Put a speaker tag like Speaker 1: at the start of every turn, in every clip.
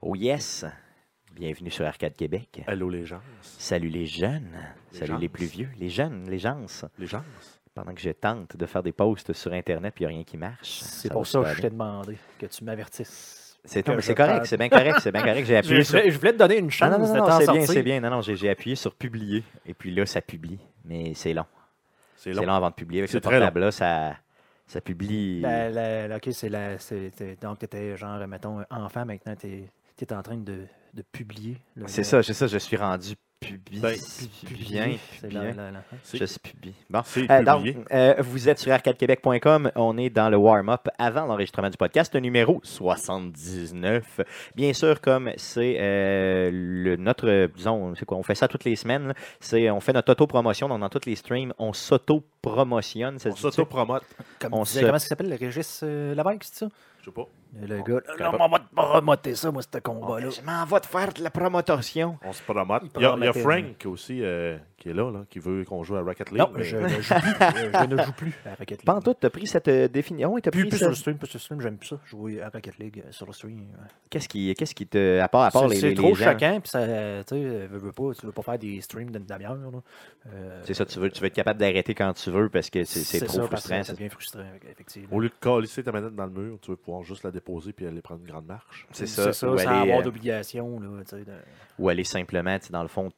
Speaker 1: Oh yes! Bienvenue sur Arcade Québec.
Speaker 2: Allô les gens.
Speaker 1: Salut les jeunes.
Speaker 2: Les
Speaker 1: Salut
Speaker 2: gens.
Speaker 1: Euh. les plus vieux. Les jeunes, les gens.
Speaker 2: Les gens.
Speaker 1: Pendant que je tente de faire des posts sur Internet, puis il n'y a rien qui marche.
Speaker 3: C'est
Speaker 1: va
Speaker 3: pour ça que
Speaker 1: super
Speaker 3: je
Speaker 1: bien.
Speaker 3: t'ai demandé que tu m'avertisses.
Speaker 1: C'est
Speaker 3: que
Speaker 1: non, mais
Speaker 3: je
Speaker 1: c'est correct,
Speaker 3: parle.
Speaker 1: c'est bien correct, c'est bien correct. J'ai
Speaker 3: Je,
Speaker 1: appuyé sur.
Speaker 3: voulais- je voulais te donner une
Speaker 1: Ah
Speaker 3: chance
Speaker 1: non, non,
Speaker 3: de
Speaker 1: non,
Speaker 3: t'en
Speaker 1: c'est bien,
Speaker 3: sortir.
Speaker 1: c'est bien. Non, non, j'ai j'ai appuyé sur publier. Et puis là, ça publie. Mais c'est long. C'est
Speaker 2: C'est long.
Speaker 1: long avant de publier. Avec ce
Speaker 2: C'est très long.
Speaker 1: portable-là, ça, ça publie.
Speaker 3: La- la- la- OK, c'est la... c'est- t'es- donc, tu étais genre, mettons, enfant, maintenant, tu es, en train de, de publier. le-
Speaker 1: C'est ça, c'est ça, je suis rendu publi.
Speaker 2: Ben,
Speaker 1: publien,
Speaker 3: Publier. C'est
Speaker 1: publien.
Speaker 3: la- hein. la- la-
Speaker 2: C'est-
Speaker 1: Je suis publie. Bon.
Speaker 2: Ah, C'est
Speaker 1: Euh,
Speaker 2: publié.
Speaker 1: donc, euh, vous êtes sur arcadequebec.com. On est dans le warm-up avant l'enregistrement du podcast, le numéro 79. Bien sûr, comme c'est euh, le- notre, euh, disons, c'est quoi, on fait ça toutes les semaines. là. C'est, on fait notre auto-promotion. Donc, dans tous les streams, on s'auto-promotionne. ça
Speaker 2: On
Speaker 1: se dit-tu?
Speaker 2: s'auto-promote.
Speaker 3: Comme
Speaker 1: On
Speaker 3: disait-
Speaker 1: se-
Speaker 3: Comment ça s'appelle, le Régis euh, Lévesque, c'est ça?
Speaker 2: Je sais pas.
Speaker 3: Le
Speaker 2: On-
Speaker 3: gars, là,
Speaker 2: capable.
Speaker 3: on va te promoter ça, moi, ce combat-là.
Speaker 1: Je m'en vais te faire de la promotion.
Speaker 2: On se promote. Il y a, il y a
Speaker 3: promettait,
Speaker 2: Frank aussi euh, qui est là, là, qui veut qu'on joue à Rocket League.
Speaker 3: Non,
Speaker 2: mais-
Speaker 3: je, ne joue plus, je ne joue plus à Rocket League.
Speaker 1: Pantoute, t'as pris cette euh, définition. et t'as
Speaker 3: plus,
Speaker 1: pris
Speaker 3: plus
Speaker 1: ça-
Speaker 3: sur le stream, plus sur le stream, j'aime plus ça. Jouer à Rocket League euh, sur le stream. ouais.
Speaker 1: Qu'est-ce qui, qu'est-ce qui te, à part, à part
Speaker 3: C'est-
Speaker 1: les,
Speaker 3: c'est
Speaker 1: les-
Speaker 3: trop
Speaker 1: les gens,
Speaker 3: choquant, puis ça, euh, tu sais, euh, veux, veux pas, tu veux pas faire des streams d'une demi-heure. là. Euh,
Speaker 1: C'est ça, tu veux, tu veux être capable d'arrêter quand tu veux parce que c'est, c'est trop
Speaker 3: ça, parce que
Speaker 1: frustrant.
Speaker 3: Ça
Speaker 1: c'est-
Speaker 3: devient frustrant, effectivement.
Speaker 2: Au lieu de colisser ta manette dans le mur, tu veux pouvoir juste la déposer puis aller prendre une grande marche.
Speaker 1: C'est
Speaker 3: ça,
Speaker 1: ça.
Speaker 3: sans
Speaker 1: ou aller,
Speaker 3: avoir
Speaker 1: euh,
Speaker 3: d'obligation. là, tu sais, de-
Speaker 1: ou aller simplement, tu sais, dans le fond,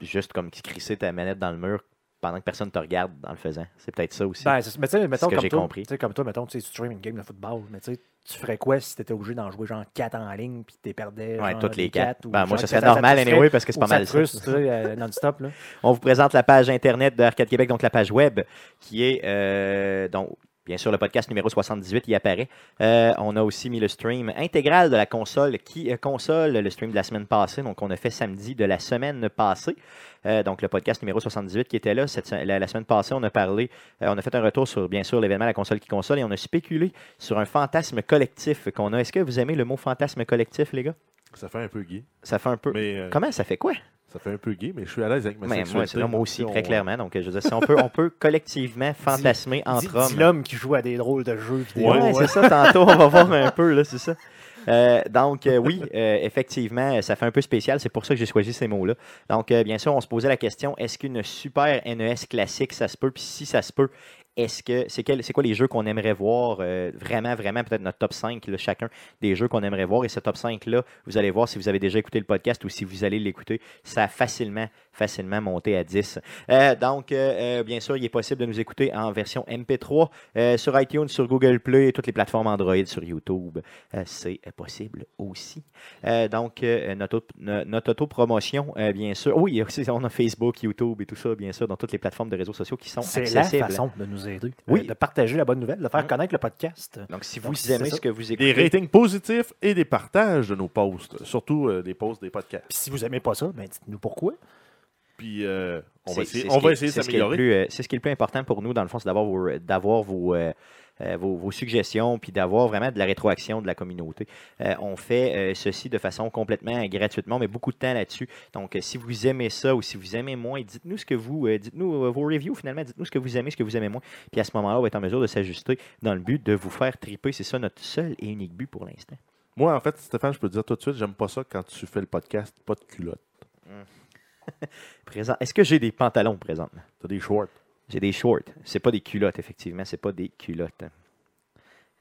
Speaker 1: juste comme crisser ta manette dans le mur pendant que personne te regarde en le faisant. C'est peut-être ça aussi.
Speaker 3: Ben, c'est- mais tu sais, mettons,
Speaker 1: que
Speaker 3: comme
Speaker 1: j'ai
Speaker 3: toi,
Speaker 1: compris.
Speaker 3: tu sais, comme toi, mettons, tu sais, tu stream une game de football, mais tu sais, tu ferais quoi si t'étais obligé d'en jouer genre 4 en ligne puis t'es perdais
Speaker 1: ouais,
Speaker 3: genre,
Speaker 1: toutes les
Speaker 3: des
Speaker 1: quatre.
Speaker 3: ou
Speaker 1: Ben, moi,
Speaker 3: genre
Speaker 1: ce
Speaker 3: que
Speaker 1: serait
Speaker 3: ça- ça te
Speaker 1: normal
Speaker 3: frustre
Speaker 1: anyway parce que c'est
Speaker 3: ou
Speaker 1: pas
Speaker 3: ça te
Speaker 1: mal ça.
Speaker 3: frustre, tu sais, euh, non-stop. là.
Speaker 1: On vous présente la page Internet de Arcade Québec, donc la page web, qui est, euh, donc, bien sûr, le podcast numéro 78 y apparaît. Euh, on a aussi mis le stream intégral de la console, qui euh, console le stream de la semaine passée, donc on a fait samedi de la semaine passée. Euh, donc le podcast numéro 78 qui était là cette, se- la, la semaine passée, on a parlé, euh, on a fait un retour sur, bien sûr, l'événement La console qui console et on a spéculé sur un fantasme collectif qu'on a. Est-ce que vous aimez le mot fantasme collectif, les gars?
Speaker 2: Ça fait un peu gay.
Speaker 1: Ça fait un peu...
Speaker 2: Mais, euh,
Speaker 1: Comment ça fait quoi?
Speaker 2: ça fait un peu gay, mais je suis à l'aise avec ma
Speaker 1: Mais moi,
Speaker 2: sexualité.
Speaker 1: c'est là, moi aussi,
Speaker 2: On-
Speaker 1: très clairement. Donc, je veux dire, si on peut, on peut collectivement fantasmer
Speaker 3: Dis-
Speaker 1: entre
Speaker 3: dis
Speaker 1: hommes.
Speaker 3: l'homme qui joue à des drôles de jeux vidéo.
Speaker 1: Ouais,
Speaker 2: Ouais,
Speaker 1: c'est ça, tantôt, on va voir un peu, là, c'est ça. Euh, donc, euh, oui, euh, effectivement, ça fait un peu spécial. C'est pour ça que j'ai choisi ces mots-là. Donc, euh, bien sûr, on se posait la question est-ce qu'une super NES classique, ça se peut Puis si ça se peut, est-ce que c'est quel- c'est quoi les jeux qu'on aimerait voir euh, vraiment, vraiment, peut-être notre top 5, là, chacun des jeux qu'on aimerait voir. Et ce top 5-là, vous allez voir si vous avez déjà écouté le podcast ou si vous allez l'écouter, ça a facilement, facilement monté à 10. Euh, donc, euh, euh, bien sûr, il est possible de nous écouter en version MP3 euh, sur iTunes, sur Google Play et toutes les plateformes Android, sur YouTube. Euh, c'est euh, possible aussi. Euh, donc, euh, notre, auto- no- notre auto-promotion, euh, bien sûr. Oui, il y a aussi- on a Facebook, YouTube et tout ça, bien sûr, dans toutes les plateformes de réseaux sociaux qui sont
Speaker 3: C'est la
Speaker 1: accessibles.
Speaker 3: façon de nous aider.
Speaker 1: Oui.
Speaker 3: Euh, De partager la bonne nouvelle, de faire
Speaker 1: Mm.
Speaker 3: connaître le podcast.
Speaker 1: Donc, si vous
Speaker 3: Donc, c'est
Speaker 1: aimez
Speaker 3: ça.
Speaker 1: ce que vous
Speaker 2: Des
Speaker 1: écoutez,
Speaker 2: ratings positifs et des partages de nos posts. Surtout euh, des posts des podcasts.
Speaker 3: Puis si vous aimez pas ça, ben dites-nous pourquoi.
Speaker 2: Puis euh, on
Speaker 1: C'est-
Speaker 2: va essayer,
Speaker 1: c'est ce
Speaker 2: on
Speaker 1: qui est-
Speaker 2: va essayer de
Speaker 1: c'est ce qui est le
Speaker 2: s'améliorer.
Speaker 1: plus, euh, C'est ce qui est le plus important pour nous, dans le fond, c'est d'avoir vos, d'avoir vos, euh, euh, vos, vos suggestions, puis d'avoir vraiment de la rétroaction de la communauté. Euh, on fait euh, ceci de façon complètement euh, gratuitement, mais beaucoup de temps là-dessus. Donc, euh, si vous aimez ça ou si vous aimez moins, dites-nous ce que vous, euh, dites-nous euh, vos reviews finalement, dites-nous ce que vous aimez, ce que vous aimez moins. Puis à ce moment-là, on va être en mesure de s'ajuster dans le but de vous faire triper. C'est ça notre seul et unique but pour l'instant.
Speaker 2: Moi, en fait, Stéphane, je peux te dire tout de suite, j'aime pas ça quand tu fais le podcast, pas de culotte.
Speaker 1: Présent. Est-ce que j'ai des pantalons présentement?
Speaker 2: T'as des shorts.
Speaker 1: J'ai des shorts. C'est pas des culottes, effectivement. C'est pas des culottes.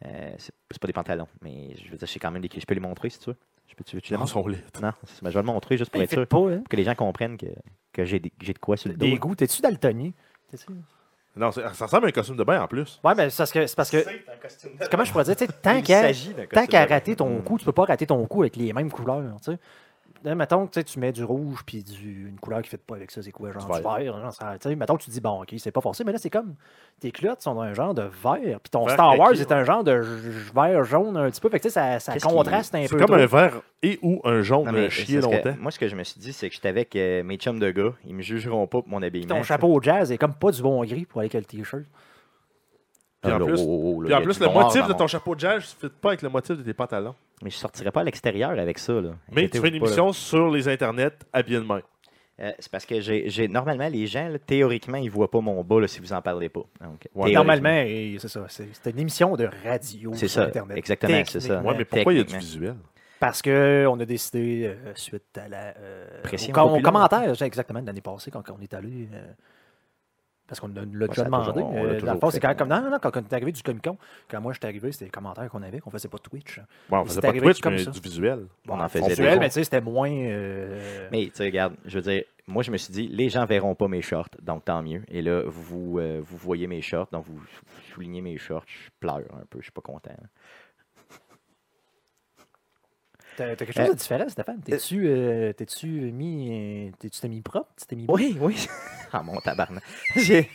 Speaker 1: Euh, c'est c'est pas des pantalons, mais je veux dire, j'ai quand même des culottes. Je peux les montrer si tu veux. Je peux, tu veux tu les
Speaker 2: Non,
Speaker 1: montres?
Speaker 2: sont laids.
Speaker 1: Non, c'est- ben, hein. je vais le montrer juste pour être sûr.
Speaker 3: pas,
Speaker 1: Pour que les gens comprennent que, que j'ai des- que j'ai de quoi sur le dos.
Speaker 3: Des goûts. T'es-tu daltonien? T'es-tu-
Speaker 2: Non, c'est- ça ressemble à un costume de bain en plus.
Speaker 3: Ouais, mais c'est parce que. C'est parce que comment je pourrais dire, tu sais, tant
Speaker 1: Il
Speaker 3: qu'à
Speaker 1: s'agit d'un
Speaker 3: tant
Speaker 1: costume
Speaker 3: qu'à
Speaker 1: de-
Speaker 3: rater ton coup, tu peux pas rater ton coup avec les mêmes couleurs. tu sais. Là, mettons que tu sais, tu mets du rouge puis du, une couleur qui ne fait pas avec ça, c'est quoi, genre
Speaker 2: Du
Speaker 3: du
Speaker 2: vert.
Speaker 3: vert. Genre, ça- tu sais, mettons que tu dis, bon, ok, c'est pas forcé, mais là, c'est comme tes culottes sont d'un genre de vert, puis ton
Speaker 2: Vert
Speaker 3: Star Wars
Speaker 2: kaki,
Speaker 3: est un genre de j- j- vert jaune un petit peu, fait que tu sais, ça, ça
Speaker 1: Qu'est-ce qui-
Speaker 3: contraste un
Speaker 2: C'est
Speaker 3: peu.
Speaker 2: comme
Speaker 3: trop.
Speaker 2: un vert et ou un jaune
Speaker 1: Non,
Speaker 2: euh,
Speaker 1: mais
Speaker 2: chié
Speaker 1: c'est parce que
Speaker 2: longtemps.
Speaker 1: moi, ce que je me suis dit, c'est que j'étais avec euh, mes chums de gars. Ils me jugeront pas pour mon habillement.
Speaker 3: Ton chapeau au jazz est comme pas du bon gris pour aller avec le t-shirt.
Speaker 1: Ah,
Speaker 2: Puis en
Speaker 1: là,
Speaker 2: plus-
Speaker 1: oh, oh, oh, là,
Speaker 2: Puis en
Speaker 1: il y a
Speaker 2: plus,
Speaker 1: du
Speaker 2: le
Speaker 1: noir
Speaker 2: motif
Speaker 1: dans
Speaker 2: de
Speaker 1: mon-
Speaker 2: ton chapeau de jazz ne fit pas avec le motif de tes pantalons.
Speaker 1: Mais je sortirais pas à l'extérieur avec ça. Là.
Speaker 2: Mais tu fais une
Speaker 1: Inquiétez-vous pas, là.
Speaker 2: émission sur les internets habillés de main.
Speaker 1: Euh, c'est parce que j'ai, j'ai- normalement, les gens, là, théoriquement, ils voient pas mon bas là, si vous en parlez pas. Donc,
Speaker 2: Ouais.
Speaker 1: théoriquement.
Speaker 3: Normalement, et c'est ça. C'est c'est une émission de radio
Speaker 1: C'est
Speaker 3: sur
Speaker 1: ça,
Speaker 3: Internet.
Speaker 1: exactement, c'est ça.
Speaker 3: Techniquement.
Speaker 2: Ouais, mais pourquoi il y a du
Speaker 1: techniquement.
Speaker 2: visuel
Speaker 3: Parce qu'on a décidé, euh, suite à la. euh,
Speaker 1: Pression
Speaker 3: au, com- au
Speaker 1: populaire.
Speaker 3: commentaire, c'est exactement de l'année passée, quand, quand on est allé. euh, parce qu'on l'a
Speaker 1: ça
Speaker 3: l'a déjà
Speaker 1: a
Speaker 3: demandé.
Speaker 1: toujours- on l'a
Speaker 3: euh, dans le
Speaker 1: toujours
Speaker 3: fond, c'est
Speaker 1: fait,
Speaker 3: quand, comme, non, non, non, quand on est arrivé du Comic Con, quand moi je suis arrivé, c'était les commentaires qu'on avait, qu'on faisait pas de Twitch.
Speaker 2: Bon, on
Speaker 3: Mais
Speaker 2: faisait
Speaker 3: c'est
Speaker 2: pas de
Speaker 3: arrivé
Speaker 2: Twitch,
Speaker 3: comme
Speaker 2: mais
Speaker 3: ça.
Speaker 2: du visuel.
Speaker 1: On en
Speaker 3: Bon,
Speaker 1: faisait
Speaker 3: ponctuel,
Speaker 1: des-
Speaker 3: mais tu sais, c'était moins. euh,
Speaker 1: Mais tu sais, regarde, je veux dire, moi je me suis dit, les gens verront pas mes shorts, donc tant mieux. Et là, vous, euh, vous voyez mes shorts, donc vous, vous soulignez mes shorts, je pleure un peu, je suis pas content.
Speaker 3: T'as t'as quelque
Speaker 1: euh,
Speaker 3: chose de différent, Stéphane. T'es-tu euh, t'es-tu mis. euh, T'es-tu t'es mis propre? Tu t'es mis
Speaker 1: Oui, oui. ah mon tabarnak. J'ai-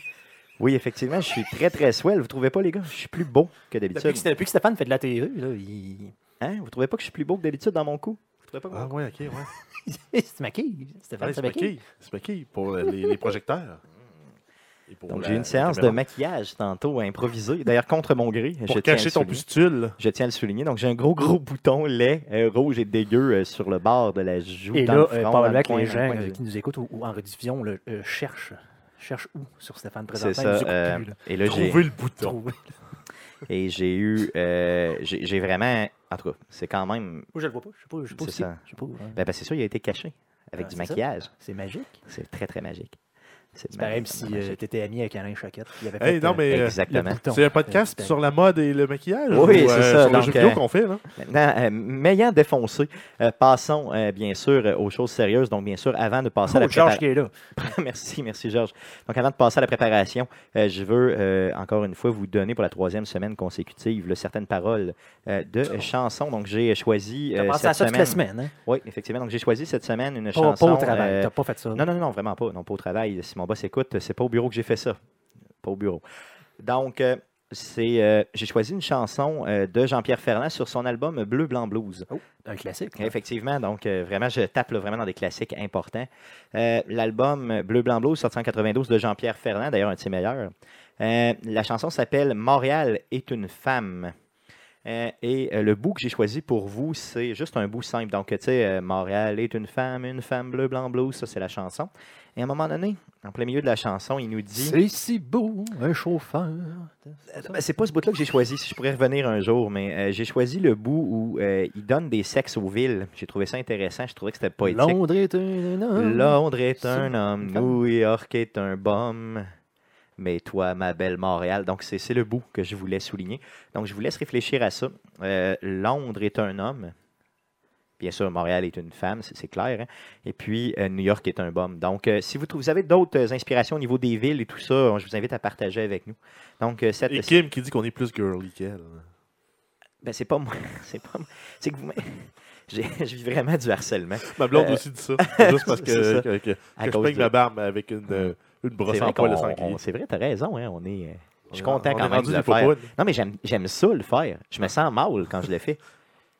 Speaker 1: Oui, effectivement, je suis très très swell. Vous trouvez pas, les gars? Je suis plus beau que
Speaker 3: Depuis
Speaker 1: d'habitude.
Speaker 3: que, depuis que Stéphane fait de la TV, là, il.
Speaker 1: Hein? Vous trouvez pas que je suis plus beau que d'habitude dans mon cou? Vous trouvez pas que mon
Speaker 2: Ah, ouais, ok, ouais.
Speaker 3: il se maquille. Stéphane
Speaker 2: Allez,
Speaker 3: se
Speaker 2: se
Speaker 3: maquille.
Speaker 2: maquille. Se maquille pour euh, les, les projecteurs. Et pour
Speaker 1: Donc,
Speaker 2: Oh, la-
Speaker 1: j'ai une
Speaker 2: la
Speaker 1: séance de
Speaker 2: caméra.
Speaker 1: maquillage tantôt improvisée, d'ailleurs contre mon gré. je,
Speaker 2: Pour
Speaker 1: tiens à
Speaker 2: cacher
Speaker 1: le
Speaker 2: ton
Speaker 1: souligner.
Speaker 2: pustule.
Speaker 1: je tiens à le souligner. Donc, j'ai un gros, gros bouton lait euh, rouge et dégueu euh, sur le bord de la joue.
Speaker 3: Et
Speaker 1: dans
Speaker 3: là,
Speaker 1: le
Speaker 3: euh,
Speaker 1: front, dans
Speaker 3: probablement
Speaker 1: le
Speaker 3: que
Speaker 1: coin,
Speaker 3: les
Speaker 1: dans le
Speaker 3: gens
Speaker 1: coin
Speaker 3: euh,
Speaker 1: du-
Speaker 3: qui nous écoutent ou, ou en rediffusion là, euh, cherchent. Cherchent où sur Stéphane présentement?
Speaker 1: C'est
Speaker 3: Ils
Speaker 1: ça.
Speaker 3: nous écoutent
Speaker 1: euh,
Speaker 3: plus, là.
Speaker 1: et là, j'ai,
Speaker 2: Trouver le bouton.
Speaker 3: Trouver.
Speaker 1: et j'ai eu. euh, j'ai, j'ai vraiment. En tout cas, c'est quand même.
Speaker 3: Moi, je le vois pas. Je sais pas. Je sais pas.
Speaker 1: C'est
Speaker 3: aussi.
Speaker 1: ça.
Speaker 3: Je sais pas, ouais.
Speaker 1: Ben, ben, c'est sûr, il a été caché avec
Speaker 3: Ah,
Speaker 1: du
Speaker 3: c'est ça.
Speaker 1: maquillage.
Speaker 3: C'est magique.
Speaker 1: C'est très, très magique.
Speaker 3: C'est
Speaker 1: ma-
Speaker 3: pareil même si
Speaker 1: magique.
Speaker 3: euh, t'étais ami avec Alain Choquette. Il avait
Speaker 2: Hey,
Speaker 3: fait,
Speaker 2: non,
Speaker 3: euh,
Speaker 2: mais euh,
Speaker 3: le
Speaker 1: Exactement.
Speaker 3: bouton.
Speaker 2: c'est un podcast
Speaker 3: Euh,
Speaker 2: sur la mode et le maquillage.
Speaker 1: Oui,
Speaker 2: ou,
Speaker 1: c'est
Speaker 2: euh,
Speaker 1: ça,
Speaker 2: Sur le
Speaker 1: donc,
Speaker 2: jeu vidéo
Speaker 1: euh,
Speaker 2: qu'on fait, là.
Speaker 1: Maintenant, euh, m'ayant défoncé, euh, passons euh, bien sûr euh, aux choses sérieuses. Donc, bien sûr, avant de passer à la
Speaker 3: Oh, Georges
Speaker 1: préparation.
Speaker 3: qui est là.
Speaker 1: merci, merci Georges. Donc avant de passer à la préparation, euh, je veux euh, encore une fois vous donner pour la troisième semaine consécutive là, certaines paroles euh, de euh, chansons. Donc j'ai choisi
Speaker 3: Oh. T'as
Speaker 1: euh,
Speaker 3: pensé à
Speaker 1: cette
Speaker 3: ça toute la
Speaker 1: semaine.
Speaker 3: semaine. hein?
Speaker 1: Oui, effectivement. Donc j'ai choisi cette semaine une
Speaker 3: Pas,
Speaker 1: chanson.
Speaker 3: pas au travail.
Speaker 1: euh,
Speaker 3: T'as pas fait ça.
Speaker 1: non, non, non, non, vraiment pas. Non, pas au travail. Si mon boss écoute, c'est pas au bureau que j'ai fait ça. Pas au bureau. Donc, euh, c'est, euh, j'ai choisi une chanson euh, de Jean-Pierre Ferland sur son album Bleu, Blanc, Blues.
Speaker 3: Un classique. là.
Speaker 1: Effectivement, donc euh, vraiment, je tape là, vraiment dans des classiques importants. Euh, L'album Bleu, Blanc, Blues, sorti en 92 de Jean-Pierre Ferland, d'ailleurs un de ses meilleurs. Euh, la chanson s'appelle Montréal est une femme. Euh, et euh, le bout que j'ai choisi pour vous, c'est juste un bout simple. Donc, tu sais, euh, Montréal est une femme, une femme bleu, blanc, bleu, ça, c'est la chanson. Et à un moment donné, en plein milieu de la chanson, il nous dit.
Speaker 3: C'est si beau, un chauffeur.
Speaker 1: Euh, ben, c'est pas ce bout-là que j'ai choisi, si je pourrais revenir un jour, mais euh, j'ai choisi le bout où euh, il donne des sexes aux villes. J'ai trouvé ça intéressant, je trouvais que c'était poétique.
Speaker 3: Londres est un homme.
Speaker 1: Londres est
Speaker 3: C'est
Speaker 1: un homme,
Speaker 3: femme.
Speaker 1: New York est un bum, mais toi, ma belle Montréal. Donc, c'est c'est le bout que je voulais souligner. Donc, je vous laisse réfléchir à ça. Euh, Londres est un homme. Bien sûr, Montréal est une femme, c'est c'est clair. hein. Et puis, euh, New York est un bum. Donc, euh, si vous, trou- vous avez d'autres euh, inspirations au niveau des villes et tout ça, euh, je vous invite à partager avec nous. Donc, euh, cette,
Speaker 2: Et Kim qui dit qu'on est plus girly qu'elle.
Speaker 1: ben, c'est pas moi. C'est pas moi. C'est que vous. m'a- J'ai- Je vis vraiment du harcèlement.
Speaker 2: Ma blonde
Speaker 1: Euh,
Speaker 2: aussi dit ça. Juste parce que,
Speaker 1: c'est ça.
Speaker 2: que, que- que
Speaker 1: À
Speaker 2: je
Speaker 1: cause
Speaker 2: peigne
Speaker 1: de-
Speaker 2: ma barbe avec une, euh, une
Speaker 1: C'est
Speaker 2: brosse
Speaker 1: vrai,
Speaker 2: en poil de
Speaker 1: qu'on- on-
Speaker 2: sanglier.
Speaker 1: c'est vrai, t'as raison. Hein, on est, euh, je suis
Speaker 2: On est-
Speaker 1: content
Speaker 2: on
Speaker 1: quand
Speaker 2: est
Speaker 1: même
Speaker 2: rendu
Speaker 1: de le
Speaker 2: des
Speaker 1: faire.
Speaker 2: popounes.
Speaker 1: Non, mais j'aime j'aime ça le faire. Je me sens mal quand je le fais.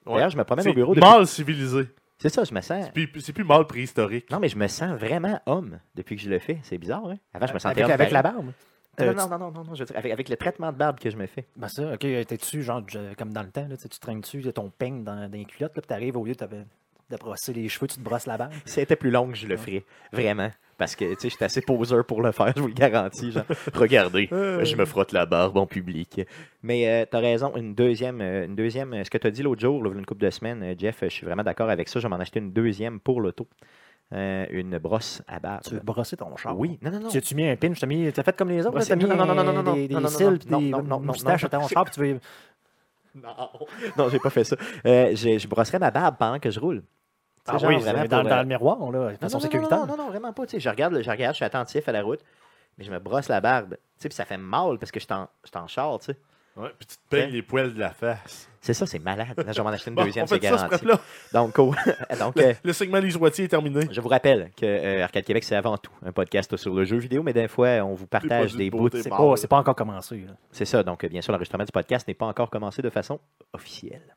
Speaker 2: Ouais.
Speaker 1: D'ailleurs, je me promène au
Speaker 2: C'est
Speaker 1: bureau. Depuis...
Speaker 2: mal civilisé.
Speaker 1: C'est ça, je me sens.
Speaker 2: Puis- puis C'est plus mal préhistorique.
Speaker 1: Non, mais je me sens vraiment homme depuis que je le fais. C'est bizarre, hein? Avant, je me sentais
Speaker 3: Avec,
Speaker 1: homme
Speaker 3: avec la
Speaker 1: pareil.
Speaker 3: barbe. Euh,
Speaker 1: Non, non, non, non, non, non, je veux dire, avec, avec le traitement de barbe que je me fais.
Speaker 3: Ben ça, ok, t'es-tu genre je- comme dans le temps, là, tu sais, tu traînes dessus, ton peigne dans, dans les culottes, là, puis t'arrives au lieu de, t'avais- de brosser les cheveux, tu te brosses la barbe.
Speaker 1: Si c'était plus long, je le ferais. Vraiment. Parce que, tu sais, je suis assez poseur pour le faire, je vous le garantis. Genre, regardez,
Speaker 2: Euh.
Speaker 1: je me frotte la barbe en public. Mais euh, t'as raison, une deuxième, euh, une deuxième. euh, Ce que t'as dit l'autre jour, là, une couple de semaines, euh, Jeff, euh, je suis vraiment d'accord avec ça. Je vais m'en acheter une deuxième pour l'auto. Euh, une brosse à barbe. Ah
Speaker 3: Tu veux brosser ton char.
Speaker 1: Oui, non, non, non.
Speaker 3: Tu as-tu mis un pin, t'as mis, t'as fait comme les autres, là,
Speaker 1: Brosser-
Speaker 3: t'as mis
Speaker 1: non, non, non, non, non, non,
Speaker 3: euh, des, des
Speaker 1: non, non, non,
Speaker 3: cils puis
Speaker 1: non,
Speaker 3: des
Speaker 1: non, non, non,
Speaker 3: moustaches
Speaker 1: non.
Speaker 3: à ton char, puis tu veux...
Speaker 1: Non, non j'ai pas fait ça. Euh, je, je brosserais ma barbe pendant que je roule. Tu sais,
Speaker 3: Ah
Speaker 1: genre,
Speaker 3: oui,
Speaker 1: vraiment
Speaker 3: c'est-
Speaker 1: pour,
Speaker 3: dans,
Speaker 1: euh,
Speaker 3: dans le miroir, là, de
Speaker 1: Non,
Speaker 3: façon
Speaker 1: non, non, non,
Speaker 3: sécuritaire.
Speaker 1: Non, non, non, vraiment pas. tu sais. Je regarde, le- je regarde, je suis attentif à la route, mais je me brosse la barbe. Tu sais, puis ça fait mal parce que je suis en, je suis en char, tu sais.
Speaker 2: Ouais, puis tu te payes les poils de la face.
Speaker 1: C'est ça, c'est malade. Là, je vais m'en acheter une
Speaker 2: Hein? Bon,
Speaker 1: deuxième,
Speaker 2: on
Speaker 1: c'est
Speaker 2: fait ça, ce
Speaker 1: garanti.
Speaker 2: prep-là.
Speaker 1: Donc, oh, donc
Speaker 2: Le,
Speaker 1: euh,
Speaker 2: le segment Les Joitiers est terminé.
Speaker 1: je vous rappelle que euh, Arcade Québec, c'est avant tout un podcast sur le jeu vidéo, mais des fois, on vous partage
Speaker 2: produits
Speaker 1: des
Speaker 2: de
Speaker 1: bouts.
Speaker 2: beauté.
Speaker 3: C'est
Speaker 2: bon,
Speaker 3: pas,
Speaker 2: là.
Speaker 3: Oh, c'est pas encore commencé. là.
Speaker 1: C'est ça. Donc, euh, bien sûr, l'enregistrement du podcast n'est pas encore commencé de façon officielle.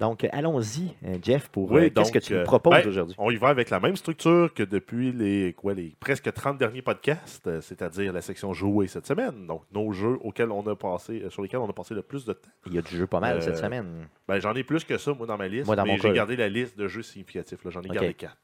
Speaker 1: Donc, euh, allons-y, euh, Jeff, pour
Speaker 2: Oui,
Speaker 1: euh, qu'est-ce
Speaker 2: donc,
Speaker 1: que tu nous
Speaker 2: euh,
Speaker 1: proposes
Speaker 2: ben,
Speaker 1: aujourd'hui.
Speaker 2: On y va avec la même structure que depuis les, quoi, les presque 30 derniers podcasts, euh, c'est-à-dire la section jouer cette semaine. Donc, nos jeux auxquels on a passé, euh, sur lesquels on a passé le plus de temps.
Speaker 1: Il y a du jeu pas mal
Speaker 2: euh,
Speaker 1: cette semaine.
Speaker 2: Ben, j'en ai plus que ça, moi, dans ma liste.
Speaker 1: Moi, dans
Speaker 2: mais
Speaker 1: mon
Speaker 2: j'ai
Speaker 1: cas,
Speaker 2: gardé la liste de jeux significatifs. là. J'en ai
Speaker 1: Ok.
Speaker 2: gardé 4.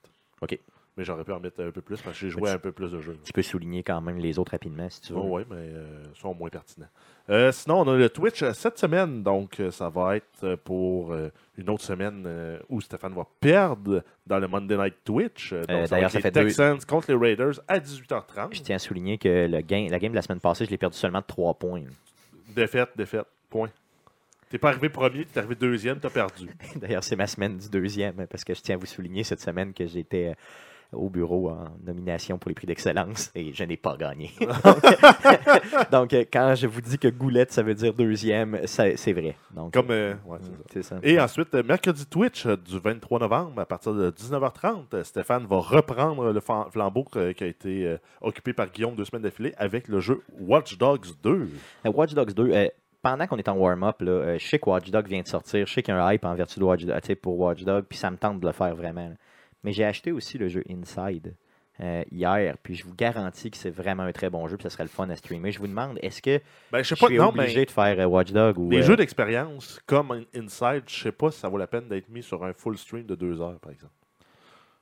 Speaker 1: Ok.
Speaker 2: Mais j'aurais pu en mettre un peu plus parce que j'ai
Speaker 1: Mais
Speaker 2: joué
Speaker 1: tu-
Speaker 2: un peu plus de jeux.
Speaker 1: Tu peux souligner quand même les autres rapidement, si tu veux.
Speaker 2: oui, mais euh, sont moins pertinents. Euh, sinon, on a le Twitch euh, cette semaine, donc euh, ça va être euh, pour euh, une autre semaine euh, où Stéphane va perdre dans le Monday Night Twitch. Euh, donc,
Speaker 1: Euh,
Speaker 2: va
Speaker 1: d'ailleurs,
Speaker 2: être
Speaker 1: ça
Speaker 2: les
Speaker 1: fait deux-
Speaker 2: Texans contre les Raiders à 18h30.
Speaker 1: Je tiens à souligner que le gain, la game de la semaine passée, je l'ai perdu seulement de 3 points.
Speaker 2: Défaite, défaite, point. T'es pas arrivé premier, t'es arrivé deuxième, t'as perdu.
Speaker 1: D'ailleurs, c'est ma semaine du deuxième, parce que je tiens à vous souligner cette semaine que j'étais euh, au bureau en nomination pour les prix d'excellence et je n'ai pas gagné. Donc, Donc, euh, quand je vous dis que goulette, ça veut dire deuxième, ça- c'est vrai. Donc,
Speaker 2: Comme, euh, ouais, c'est ça.
Speaker 1: c'est ça.
Speaker 2: Et ensuite, euh, mercredi Twitch euh, du 23 novembre à partir de 19h30, euh, Stéphane va reprendre le fan- flambeau euh, qui a été euh, occupé par Guillaume deux semaines d'affilée avec le jeu Watch Dogs 2.
Speaker 1: Euh, Watch Dogs 2, euh, pendant qu'on est en warm-up, là, euh, je sais que Watch Dogs vient de sortir, je sais qu'il y a un hype en vertu de Watch Dogs, tu sais, pour Watch Dogs, puis ça me tente de le faire vraiment. là. Mais j'ai acheté aussi le jeu Inside euh, hier, puis je vous garantis que c'est vraiment un très bon jeu, puis ça serait le fun à streamer. Je vous demande, est-ce que
Speaker 2: Ben, je
Speaker 1: je
Speaker 2: sais pas,
Speaker 1: suis
Speaker 2: non,
Speaker 1: obligé
Speaker 2: mais
Speaker 1: de faire euh, Watch Dogs ou...
Speaker 2: les
Speaker 1: euh,
Speaker 2: jeux d'expérience comme In- Inside, je sais pas si ça vaut la peine d'être mis sur un full stream de deux heures, par exemple.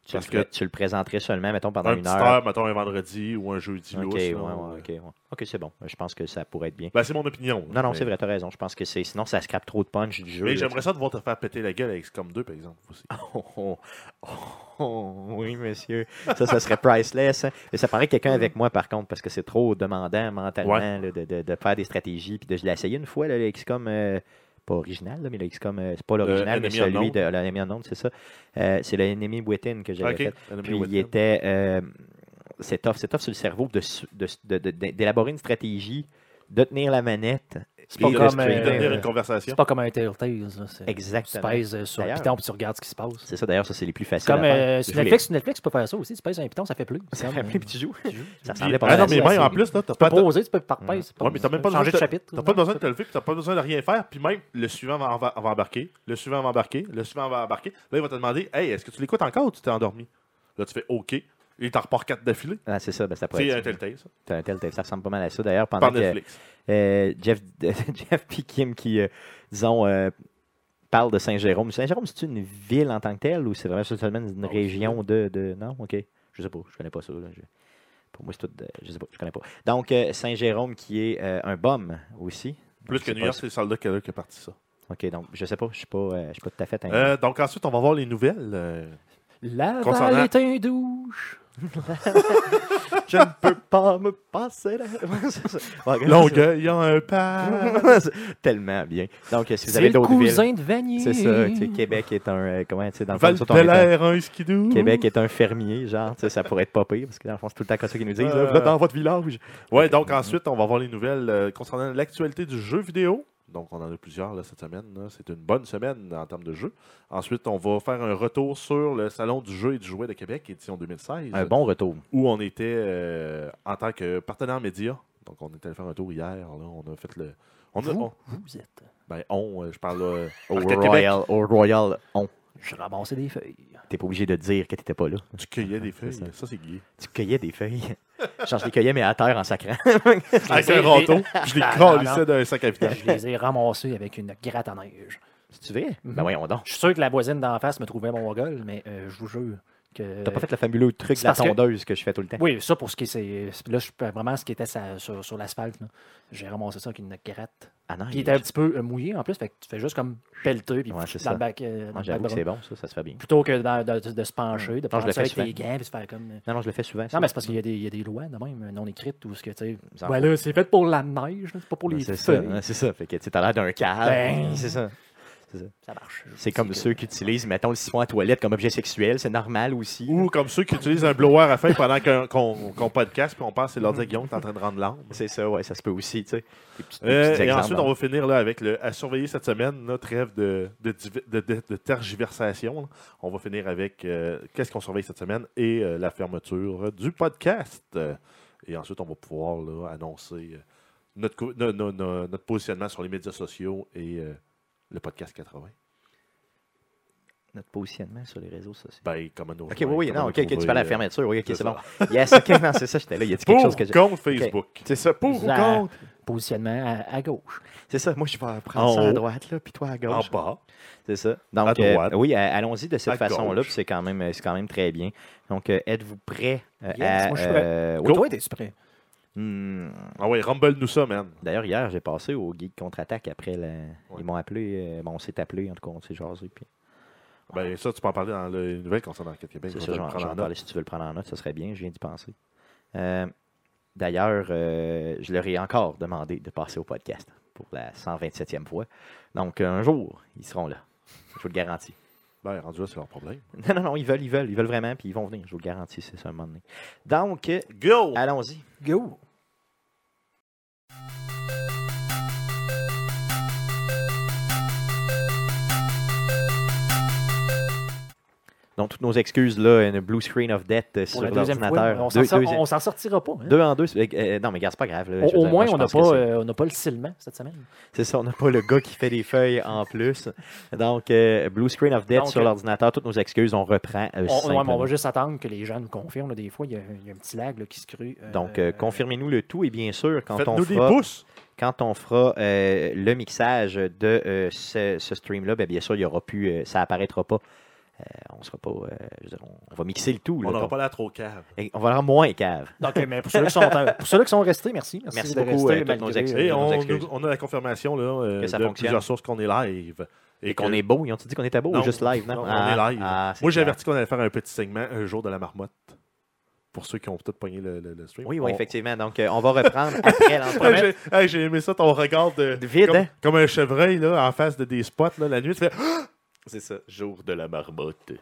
Speaker 1: tu, le
Speaker 2: parce
Speaker 1: ferais-
Speaker 2: que-
Speaker 1: tu le présenterais seulement, mettons, pendant
Speaker 2: Un
Speaker 1: une
Speaker 2: petit
Speaker 1: heure.
Speaker 2: heure, mettons un vendredi ou un jeudi
Speaker 1: ok,
Speaker 2: lousse,
Speaker 1: ouais,
Speaker 2: là, euh,
Speaker 1: ouais, ok, ouais. Ok, c'est bon. Je pense que ça pourrait être bien.
Speaker 2: Ben, c'est mon opinion.
Speaker 1: Non, non,
Speaker 2: mais-
Speaker 1: c'est vrai, t'as raison. Je pense que c'est sinon, ça scrape trop de punch du jeu.
Speaker 2: Mais
Speaker 1: là,
Speaker 2: j'aimerais ça devoir te faire péter la gueule avec XCOM 2, par exemple. aussi.
Speaker 1: Oh, oh, oh, oui, monsieur. Ça, ça serait priceless. hein. Et ça paraît quelqu'un avec moi, par contre, parce que c'est trop demandant mentalement
Speaker 2: Ouais.
Speaker 1: là, de, de- de faire des stratégies. Puis de, je l'ai essayé une fois, là, le XCOM, euh, pas original, là, mais le XCOM, euh, c'est pas l'original, mais
Speaker 2: Enemy
Speaker 1: celui
Speaker 2: Unknown.
Speaker 1: de l'ennemi en c'est ça. Euh, c'est l'ennemi Within que j'avais
Speaker 2: Ok,
Speaker 1: fait.
Speaker 2: Enemy
Speaker 1: Puis il
Speaker 2: Within.
Speaker 1: était. euh, c'est tough, c'est tough sur le cerveau de su- de- de- de- d'élaborer une stratégie, de tenir la manette.
Speaker 3: C'est pas
Speaker 1: et de
Speaker 3: comme,
Speaker 2: Puis
Speaker 1: streamer.
Speaker 3: euh,
Speaker 2: tenir une
Speaker 3: C'est
Speaker 2: conversation.
Speaker 3: pas comme un Telltale. là, c'est-
Speaker 1: Exactement.
Speaker 3: Tu pèses euh, sur un
Speaker 1: D'ailleurs.
Speaker 3: piton puis tu regardes ce qui se passe.
Speaker 1: C'est ça, d'ailleurs, ça, c'est les plus faciles.
Speaker 3: Comme
Speaker 1: à faire.
Speaker 3: euh,
Speaker 1: Je
Speaker 3: sur
Speaker 1: voulais-
Speaker 3: Netflix, sur Netflix, tu peux faire ça aussi. Tu pèses un piton, ça fait plus.
Speaker 1: Ça fait plus, puis tu joues. Ça
Speaker 3: Ça
Speaker 1: ressemblait pas
Speaker 2: hein. Ah
Speaker 1: mal
Speaker 2: non,
Speaker 1: à
Speaker 2: mais
Speaker 1: ça.
Speaker 2: même en plus, là, t'as
Speaker 3: Tu peux
Speaker 2: pas de-
Speaker 3: poser, euh, tu peux par pèse. c'est
Speaker 2: Ouais, mais t'as même pas
Speaker 3: changer de
Speaker 2: besoin
Speaker 3: chapitre.
Speaker 2: T'as pas besoin de te lever, puis t'as pas besoin de rien faire, puis même le suivant va, va- va embarquer, le suivant va embarquer, le suivant va embarquer. Là, il va te demander Hey, est-ce que tu l'écoutes encore ou tu t'es endormi Là, tu fais OK. Il t'en repart quatre d'affilée.
Speaker 1: Ah, c'est ça, ben, ça pourrait
Speaker 2: C'est
Speaker 1: être
Speaker 2: un
Speaker 1: ça.
Speaker 2: Telltale, ça.
Speaker 1: T'as un tel, tel- ça ressemble pas mal à ça. D'ailleurs, pendant
Speaker 2: Par
Speaker 1: que
Speaker 2: Netflix.
Speaker 1: euh, Jeff, Jeff puis Kim qui, euh, disons, euh, parlent de Saint-Jérôme. Saint-Jérôme, c'est une ville en tant que telle ou c'est vraiment seulement une
Speaker 2: Non,
Speaker 1: région de, de- Non? OK. Je sais pas. Je connais pas ça. là. Je- Pour moi, c'est tout... de- Je sais pas. Je connais pas. Donc, euh, Saint-Jérôme qui est euh, un bum aussi.
Speaker 2: Plus
Speaker 1: Je
Speaker 2: que
Speaker 1: sais
Speaker 2: New
Speaker 1: pas
Speaker 2: York,
Speaker 1: si-
Speaker 2: c'est le soldat qui a qui a parti ça.
Speaker 1: OK, donc, je sais pas. Je suis pas, euh, je suis pas tout à fait... un-
Speaker 2: Euh, donc, ensuite, on va voir les nouvelles. euh,
Speaker 3: Laval
Speaker 2: Concernant-
Speaker 3: est un douche.
Speaker 1: Je ne peux pas me passer là. C'est ça. Ouais,
Speaker 2: Longueuil, il y a un pas.
Speaker 1: c'est- Tellement bien. Donc, euh, si vous
Speaker 3: C'est
Speaker 1: avez
Speaker 3: le
Speaker 1: d'autres villes...
Speaker 3: cousin de Vanier.
Speaker 1: C'est ça, tu sais, Québec est un. euh, comment, tu sais, dans le fond,
Speaker 2: val
Speaker 1: nous autres, on est un-
Speaker 2: de un skidoo.
Speaker 1: Québec est un fermier, genre, tu sais, ça pourrait être pas pire, parce que dans le fond, c'est tout le temps comme ça qu'ils nous disent, là,
Speaker 2: Euh.
Speaker 1: Vous êtes dans votre village.
Speaker 2: Ouais, donc ensuite, on va voir les nouvelles euh, concernant l'actualité du jeu vidéo. Donc, on en a plusieurs là, cette semaine. là. C'est une bonne semaine en termes de jeu. Ensuite, on va faire un retour sur le Salon du jeu et du jouet de Québec, édition 2016,
Speaker 1: Un Ah, bon retour.
Speaker 2: où on était euh, en tant que partenaire média. Donc, on était allé faire un tour hier. là. On a fait le. On, a- on-
Speaker 3: Vous, vous êtes.
Speaker 2: ben, on, euh, je parle. euh,
Speaker 1: Au
Speaker 2: Arcade
Speaker 1: Royal, au Royal, on.
Speaker 3: Je ramassais des feuilles.
Speaker 1: T'es pas obligé de dire que t'étais pas là.
Speaker 2: Québec. Tu cueillais des feuilles.
Speaker 1: C'est ça.
Speaker 2: Ça, c'est gay.
Speaker 1: Tu cueillais des feuilles. Genre, je les cueillais, mais à terre en sacrant.
Speaker 2: Avec un râteau. Je les
Speaker 3: Ah,
Speaker 2: cralissais d'un sac à vidange.
Speaker 3: Je les ai ramassées avec une gratte à neige.
Speaker 1: C'est-tu vrai? Ben voyons donc.
Speaker 3: Je suis sûr que la voisine d'en face me trouvait mon gueule, mais euh, je vous jure que.
Speaker 1: T'as pas fait le fabuleux truc
Speaker 3: c'est
Speaker 1: de la
Speaker 3: parce que-
Speaker 1: tondeuse que... je fais tout le temps.
Speaker 3: Oui, ça pour ce qui est. c'est- Là, je, vraiment, ce qui était sa- sur, sur l'asphalte, là, j'ai ramassé ça avec une gratte.
Speaker 1: Ah non,
Speaker 3: Puis il
Speaker 1: il-
Speaker 3: était un petit peu euh, mouillé en plus, fait que tu fais juste comme pelleter puis
Speaker 1: Ouais,
Speaker 3: dans
Speaker 1: c'est ça.
Speaker 3: le bac.
Speaker 1: Non,
Speaker 3: euh, dans le bac
Speaker 1: j'avoue que
Speaker 3: brun.
Speaker 1: c'est bon, ça, ça se fait bien.
Speaker 3: Plutôt que dans- de, de- de se pencher, de prendre
Speaker 1: le
Speaker 3: ça avec
Speaker 1: fais
Speaker 3: tes gants puis se faire comme.
Speaker 1: Non, non, je le fais souvent. ça.
Speaker 3: Non, mais c'est parce qu'il y, a des- il y a des lois de même euh, non écrites ou ce que tu sais.
Speaker 1: Ça
Speaker 3: Ben là, c'est fait pour la neige, là, c'est pas pour
Speaker 1: Ben,
Speaker 3: les
Speaker 1: C'est ça,
Speaker 3: feuilles.
Speaker 1: hein, c'est ça. Fait que tu sais, t'as l'air d'un cave.
Speaker 3: Ben.
Speaker 1: C'est ça. C'est c'est ça.
Speaker 3: Ça marche. euh,
Speaker 1: C'est comme
Speaker 3: que-
Speaker 1: ceux qui utilisent, mettons, le siphon à toilette comme objet sexuel, c'est normal aussi.
Speaker 2: Ou comme ceux qui utilisent un blower à fin pendant qu'on qu'on- qu'on podcast, puis on pense que c'est l'ordi à Guillaume qui est en train de rendre l'âme.
Speaker 1: C'est ça, ouais, ça se peut aussi, tu sais. Des petits- des
Speaker 2: Euh,
Speaker 1: petits
Speaker 2: et
Speaker 1: exemples
Speaker 2: ensuite, on va finir là, avec le à surveiller cette semaine, notre rêve de, de, div- de- de- de tergiversation. là. On va finir avec euh, qu'est-ce qu'on surveille cette semaine et euh, la fermeture du podcast. Euh, Et ensuite, on va pouvoir là, annoncer euh, notre, co- no- no- no- notre positionnement sur les médias sociaux et euh, le podcast 80.
Speaker 1: notre positionnement sur les réseaux sociaux.
Speaker 2: Ben, comment nous
Speaker 1: Ok, oui,
Speaker 2: rejoindre,
Speaker 1: oui,
Speaker 2: comment
Speaker 1: non,
Speaker 2: nous
Speaker 1: ok, ok, tu
Speaker 2: trouver,
Speaker 1: parles à
Speaker 2: euh,
Speaker 1: la fermeture, oui, ok,
Speaker 2: c'est
Speaker 1: c'est bon. Yes, ok, non, c'est ça, j'étais là, il y a dit quelque
Speaker 2: Pour
Speaker 1: chose que j'ai.
Speaker 2: compte Facebook.
Speaker 1: C'est ça, pour
Speaker 3: ou contre? Positionnement à, à gauche.
Speaker 1: C'est ça, moi je vais prendre
Speaker 2: En
Speaker 1: ça à
Speaker 2: haut.
Speaker 1: droite, là, puis toi à
Speaker 2: En
Speaker 1: gauche.
Speaker 2: bas.
Speaker 1: C'est ça. Donc,
Speaker 2: À droite.
Speaker 1: euh, oui, euh, allons-y de
Speaker 2: À
Speaker 1: cette façon-là,
Speaker 2: gauche.
Speaker 1: puis c'est quand, même- euh, c'est quand même très bien. Donc, euh, êtes-vous prêts euh,
Speaker 3: Yes,
Speaker 1: à.
Speaker 3: moi, je suis prêt.
Speaker 1: euh,
Speaker 3: Toi,
Speaker 1: oui.
Speaker 3: Toi, t'es-tu prêt?
Speaker 1: Hmm,
Speaker 2: Ah ouais, rumble nous ça, man.
Speaker 1: D'ailleurs, hier, j'ai passé au Geek Contre-Attaque après. la-
Speaker 2: Ouais.
Speaker 1: Ils m'ont appelé, euh, bon, on s'est appelé, en tout cas, on s'est jasé. Puis...
Speaker 2: Ben, ça, tu peux en parler dans le- les nouvelles concernant Enquête Québec.
Speaker 1: Ah. C'est ça,
Speaker 2: On va te le
Speaker 1: j'en
Speaker 2: prendre en
Speaker 1: j'en
Speaker 2: note.
Speaker 1: parlais. Si tu veux le prendre en note, ce serait bien, je viens d'y penser. Euh, D'ailleurs, euh, je leur ai encore demandé de passer au podcast pour la 127e fois. Donc, un jour, ils seront là. Je vous le garantis.
Speaker 2: Ben, rendu là, c'est leur problème.
Speaker 1: Non, non, non, ils veulent, ils veulent, ils veulent vraiment, puis ils vont venir, je vous le garantis, c'est ça, un moment donné. Donc, euh,
Speaker 2: Go!
Speaker 1: allons-y.
Speaker 3: Go!
Speaker 1: Donc, toutes nos excuses, là, une blue screen of death euh, sur
Speaker 3: Pour la deuxième fois,
Speaker 1: l'ordinateur.
Speaker 3: on s'en
Speaker 1: Deux-
Speaker 3: sort-
Speaker 1: deuxième-
Speaker 3: on s'en sortira pas. hein?
Speaker 1: deux en deux. c'est- euh, euh, non, mais gars, c'est pas grave. là, je veux
Speaker 3: Au, au
Speaker 1: dire,
Speaker 3: moins,
Speaker 1: moi, je
Speaker 3: on n'a
Speaker 1: pense que
Speaker 3: pas,
Speaker 1: c'est-
Speaker 3: euh, on n'a pas le ciment cette semaine.
Speaker 1: C'est ça, on n'a pas le gars qui fait des feuilles en plus. Donc, euh, blue screen of death
Speaker 3: Donc,
Speaker 1: sur
Speaker 3: euh,
Speaker 1: l'ordinateur, toutes nos excuses, on reprend. euh,
Speaker 3: On, ouais, mais on
Speaker 1: simplement.
Speaker 3: va juste attendre que les gens nous confirment. là. Des fois, il y, a- il y a un petit lag là, qui se crée. euh,
Speaker 1: Donc, euh, confirmez-nous le tout, et bien sûr, quand on
Speaker 2: Faites-nous des
Speaker 1: fera...
Speaker 2: pouces!
Speaker 1: quand on fera euh, le mixage de euh, ce, ce stream-là, ben, bien sûr, il y aura plus, euh, ça apparaîtra pas. Euh, on sera pas, euh, je veux dire, on, on va mixer le tout. là.
Speaker 2: On n'aura pas la trop cave.
Speaker 1: Et on va avoir moins cave.
Speaker 3: Donc, euh, mais pour ceux-là qui sont, euh, pour ceux-là qui sont restés, merci. Merci,
Speaker 1: Merci
Speaker 3: de
Speaker 1: beaucoup,
Speaker 3: rester
Speaker 1: euh, toutes
Speaker 3: malgré,
Speaker 1: nos excuses.
Speaker 2: Et
Speaker 1: nos
Speaker 2: on,
Speaker 1: excuses.
Speaker 2: nous- on a la confirmation là, euh,
Speaker 1: Que ça
Speaker 2: de
Speaker 1: fonctionne.
Speaker 2: plusieurs sources qu'on est live.
Speaker 1: Et, qu'on est beau. Ils ont dit qu'on était beau
Speaker 2: Non,
Speaker 1: ou juste live, non?
Speaker 2: non, on
Speaker 1: Ah,
Speaker 2: est live.
Speaker 1: ah, c'est
Speaker 2: Moi, j'ai
Speaker 1: clair.
Speaker 2: averti qu'on allait faire un petit segment un jour de la marmotte. Pour ceux qui ont peut-être pogné le, le- le stream.
Speaker 1: Oui, oui,
Speaker 2: On-
Speaker 1: effectivement. Donc, euh, on va reprendre après
Speaker 2: Hey,
Speaker 1: l'entrevue.
Speaker 2: j'ai hey, j'ai aimé ça, ton regard de,
Speaker 1: De vide,
Speaker 2: comme,
Speaker 1: hein?
Speaker 2: comme un chevreuil là, en face de des spots là, la nuit. Tu fais Ah! C'est ça, jour de la marmotte.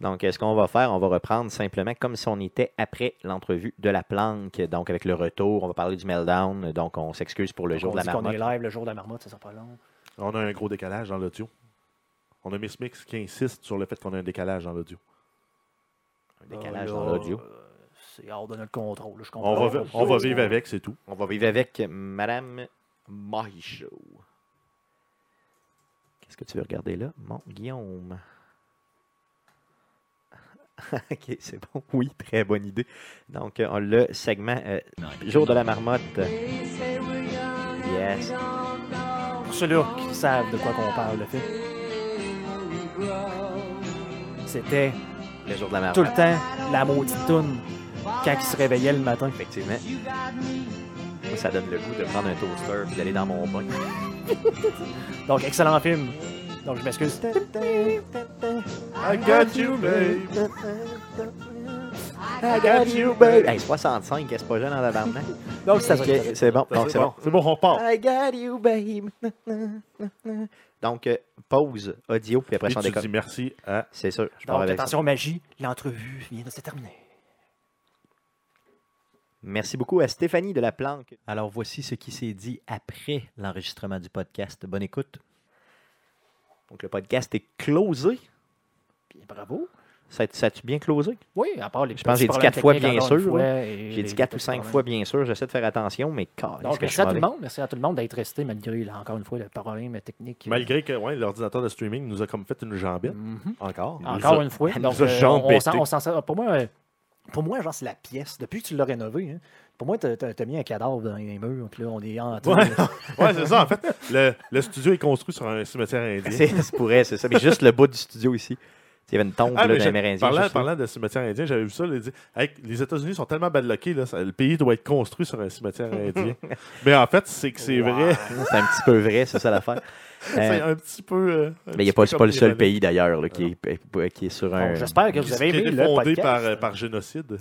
Speaker 1: Donc, euh, ce qu'on va faire, on va reprendre simplement comme si on était après l'entrevue de la planque. Donc, avec le retour, on va parler du meltdown. Donc, on s'excuse pour le
Speaker 3: on
Speaker 1: jour de la
Speaker 3: dit qu'on est
Speaker 1: marmotte.
Speaker 3: live le jour de la marmotte, ça sera pas long.
Speaker 2: On a un gros décalage dans l'audio. On a Miss Mix qui insiste sur le fait qu'on a un décalage dans l'audio.
Speaker 1: Un Décalage
Speaker 3: Euh,
Speaker 1: dans
Speaker 3: là,
Speaker 1: l'audio.
Speaker 3: euh, C'est hors de notre contrôle. là, je comprends.
Speaker 2: On va, vi- on va vivre avec, c'est tout.
Speaker 1: On va vivre avec Madame Maïcho. Qu'est-ce que tu veux regarder là? Mon Guillaume. ok, c'est bon. Oui, très bonne idée. Donc, euh, on le segment euh, Jour de la marmotte. Yes.
Speaker 3: Pour ceux-là qui savent de quoi qu'on parle, le fait. C'était
Speaker 1: Le jour de la
Speaker 3: tout
Speaker 1: marmotte.
Speaker 3: le temps la maudite toune quand ils se réveillaient le matin.
Speaker 1: Effectivement. Moi, ça donne le goût de prendre un toaster puis d'aller dans mon bain.
Speaker 3: Donc, excellent film. Donc, je m'excuse.
Speaker 2: I got you, babe.
Speaker 1: I got you, babe. Hey, 65, c'est pas jeune en tabarnak.
Speaker 3: Donc, c'est ça.
Speaker 1: Ok, Ben! Oh, c'est bon.
Speaker 2: Ça,
Speaker 1: Donc,
Speaker 2: C'est
Speaker 1: c'est bon.
Speaker 2: bon, c'est bon, on repart.
Speaker 1: I got you, babe. Na, na, na, na. Donc, euh, pause audio, puis après,
Speaker 2: Et
Speaker 1: ça, on
Speaker 2: tu dis
Speaker 1: décolle.
Speaker 2: merci à
Speaker 1: C'est sûr, je pars
Speaker 3: Donc,
Speaker 1: avec ça.
Speaker 3: attention, magie, l'entrevue vient de se terminer.
Speaker 1: Merci beaucoup à Stéphanie de la Planque. Alors, voici ce qui s'est dit après l'enregistrement du podcast. Bonne écoute. Donc, le podcast est closé.
Speaker 3: Puis, bravo.
Speaker 1: Ça a- ça a-tu bien closé?
Speaker 3: Oui, à part les
Speaker 1: Je pense que j'ai dit
Speaker 3: petits
Speaker 1: quatre
Speaker 3: problèmes
Speaker 1: fois, bien
Speaker 3: techniques, encore
Speaker 1: sûr,
Speaker 3: une fois, et
Speaker 1: J'ai
Speaker 3: les
Speaker 1: dit quatre ou
Speaker 3: petits
Speaker 1: cinq
Speaker 3: problèmes.
Speaker 1: fois, bien sûr. J'essaie de faire attention, mais calme.
Speaker 3: Donc, merci à tout le monde. Merci à tout le monde d'être resté malgré, là, encore une fois, le problème technique. euh,
Speaker 2: Malgré que ouais, l'ordinateur de streaming nous a comme fait une jambette,
Speaker 1: Mm.
Speaker 3: Mhm.
Speaker 2: encore.
Speaker 3: Encore
Speaker 2: Nous a-
Speaker 3: une fois.
Speaker 2: nous
Speaker 3: Donc,
Speaker 2: a
Speaker 3: euh, on-
Speaker 2: jambetté.
Speaker 3: on s'en- on s'en sert- Pour moi, euh, pour moi, genre, c'est la pièce. Depuis que tu l'as rénové, hein, pour moi, t'as- t'as t'as mis un cadavre dans les murs, puis là, on est en
Speaker 2: Ouais,
Speaker 3: train
Speaker 2: ouais, c'est ça. En fait, le, le studio est construit sur un cimetière indien.
Speaker 1: Ben, C'est c'est pour elle, c'est ça. Mais juste le bout du studio ici. Il y avait une tombe là,
Speaker 2: Ah, mais
Speaker 1: d'un
Speaker 2: je-
Speaker 1: Amérindien.
Speaker 2: parlant,
Speaker 1: juste là.
Speaker 2: parlant de cimetière indien, j'avais vu ça. là, dit, Hey, les États-Unis sont tellement badlockés, là, ça- le pays doit être construit sur un cimetière indien. Mais en fait, c'est que c'est
Speaker 3: Wow.
Speaker 2: vrai.
Speaker 1: C'est un petit peu vrai, c'est ça l'affaire. Euh,
Speaker 2: C'est un petit peu. euh, un
Speaker 1: Mais il
Speaker 2: petit
Speaker 1: n'est pas,
Speaker 2: peu
Speaker 1: c'est
Speaker 2: comme
Speaker 1: pas le seul
Speaker 2: l'Iran.
Speaker 1: pays d'ailleurs là, qui, est, qui est sur un.
Speaker 3: J'espère que vous avez
Speaker 2: Qui
Speaker 3: aimé
Speaker 2: est
Speaker 3: le
Speaker 2: fondé
Speaker 3: podcast.
Speaker 2: par, euh, par génocide.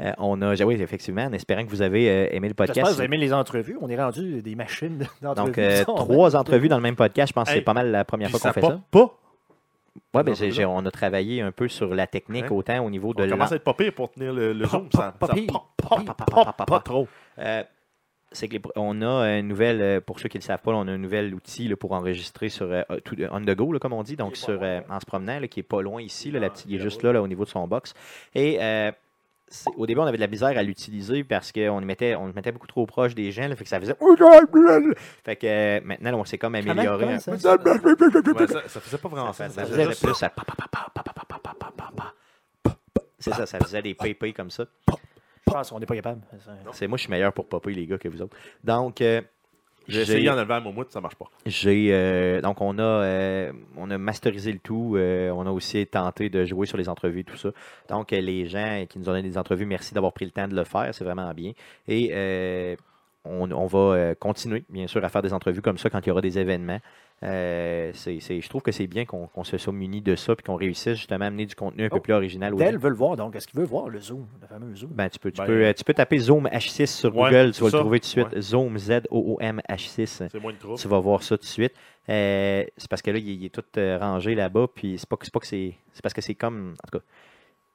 Speaker 1: Euh, on a, oui, effectivement, en espérant que vous avez euh, aimé le
Speaker 3: J'espère
Speaker 1: podcast.
Speaker 3: que vous aimez les entrevues. On est rendu des machines d'entrevues.
Speaker 1: Donc, euh, trois entrevues dans le même podcast, je pense que
Speaker 2: Hey,
Speaker 1: c'est pas mal la première
Speaker 2: Puis
Speaker 1: fois qu'on
Speaker 2: ça
Speaker 1: fait
Speaker 2: pop
Speaker 1: ça.
Speaker 2: pas.
Speaker 1: Ouais, ben,
Speaker 2: entrevues-là.
Speaker 1: j'ai- j'ai- on a travaillé un peu sur la technique,
Speaker 2: Hein?
Speaker 1: autant au niveau de
Speaker 2: On
Speaker 1: l'en-
Speaker 2: commence à être pas pire pour tenir le, le
Speaker 3: Pas-
Speaker 2: zoom.
Speaker 3: pas-
Speaker 2: ça-
Speaker 3: pas
Speaker 2: ça
Speaker 3: pire.
Speaker 2: pop,
Speaker 3: Pas
Speaker 2: pop,
Speaker 3: pire.
Speaker 2: pop, pop,
Speaker 1: Pas-
Speaker 2: pas trop.
Speaker 1: Euh, c'est que les pr- on a une nouvelle, euh, pour ceux qui ne le savent pas, on a un nouvel outil là, pour enregistrer sur euh, tout- euh, on the go, là, comme on dit, donc
Speaker 2: Il est pas
Speaker 1: sur,
Speaker 2: loin,
Speaker 1: euh,
Speaker 2: ouais.
Speaker 1: en se promenant, là, qui est pas loin ici, là, la
Speaker 2: Ah,
Speaker 1: petite- il est
Speaker 2: là-bas.
Speaker 1: juste là, là, au niveau de son box. Et euh, c'est- au début, on avait de la misère à l'utiliser parce qu'on le mettait, on le mettait beaucoup trop proche des gens, là, fait que ça faisait.
Speaker 2: Oh,
Speaker 1: Fait que euh, maintenant, là, on s'est comme
Speaker 3: Comment-
Speaker 1: amélioré.
Speaker 3: comment
Speaker 1: un
Speaker 3: Ah, ça?
Speaker 1: peu.
Speaker 2: Ouais, ça, ça faisait pas vraiment
Speaker 1: Ça,
Speaker 2: ça.
Speaker 1: ça
Speaker 2: Ça
Speaker 1: faisait
Speaker 2: faisait juste-
Speaker 1: plus à pa, pa, pa, pa, pa, pa, pa, pa, pa, pa, pa. C'est ça, ça faisait
Speaker 2: Ah.
Speaker 1: des pépés comme ça.
Speaker 3: Je pense qu'on n'est pas capable.
Speaker 1: C'est moi, je suis meilleur pour popper les gars que vous autres. Donc, euh,
Speaker 2: J'ai essayé en enlevant mon moumoute, ça marche pas.
Speaker 1: J'ai euh, donc on a euh, on a masterisé le tout, euh, on a aussi tenté de jouer sur les entrevues et tout ça. Donc euh, les gens qui nous ont donné des entrevues, merci d'avoir pris le temps de le faire, c'est vraiment bien. Et euh, on, on va euh, continuer bien sûr à faire des entrevues comme ça quand il y aura des événements. Euh, c'est- c'est- je trouve que c'est bien qu'on qu'on se soit muni de ça puis qu'on réussisse justement à amener du contenu un peu
Speaker 3: Oh,
Speaker 1: plus original. aux gens.
Speaker 3: Dell veut le voir, donc. Est-ce qu'il veut voir le Zoom, le fameux Zoom?
Speaker 1: Ben, tu, peux, tu,
Speaker 2: Ben,
Speaker 1: peux, euh, tu peux taper Zoom H6 sur
Speaker 2: Ouais,
Speaker 1: Google, tu vas
Speaker 2: c'est
Speaker 1: le
Speaker 2: ça.
Speaker 1: trouver tout de suite. Zoom Z-O-O-M H6.
Speaker 2: C'est moins de trouble.
Speaker 1: Tu vas voir ça tout de suite. Euh, c'est parce que là, il, est- il est tout euh, rangé là-bas, puis c'est pas, que- c'est pas que c'est. C'est parce que c'est comme. En tout cas,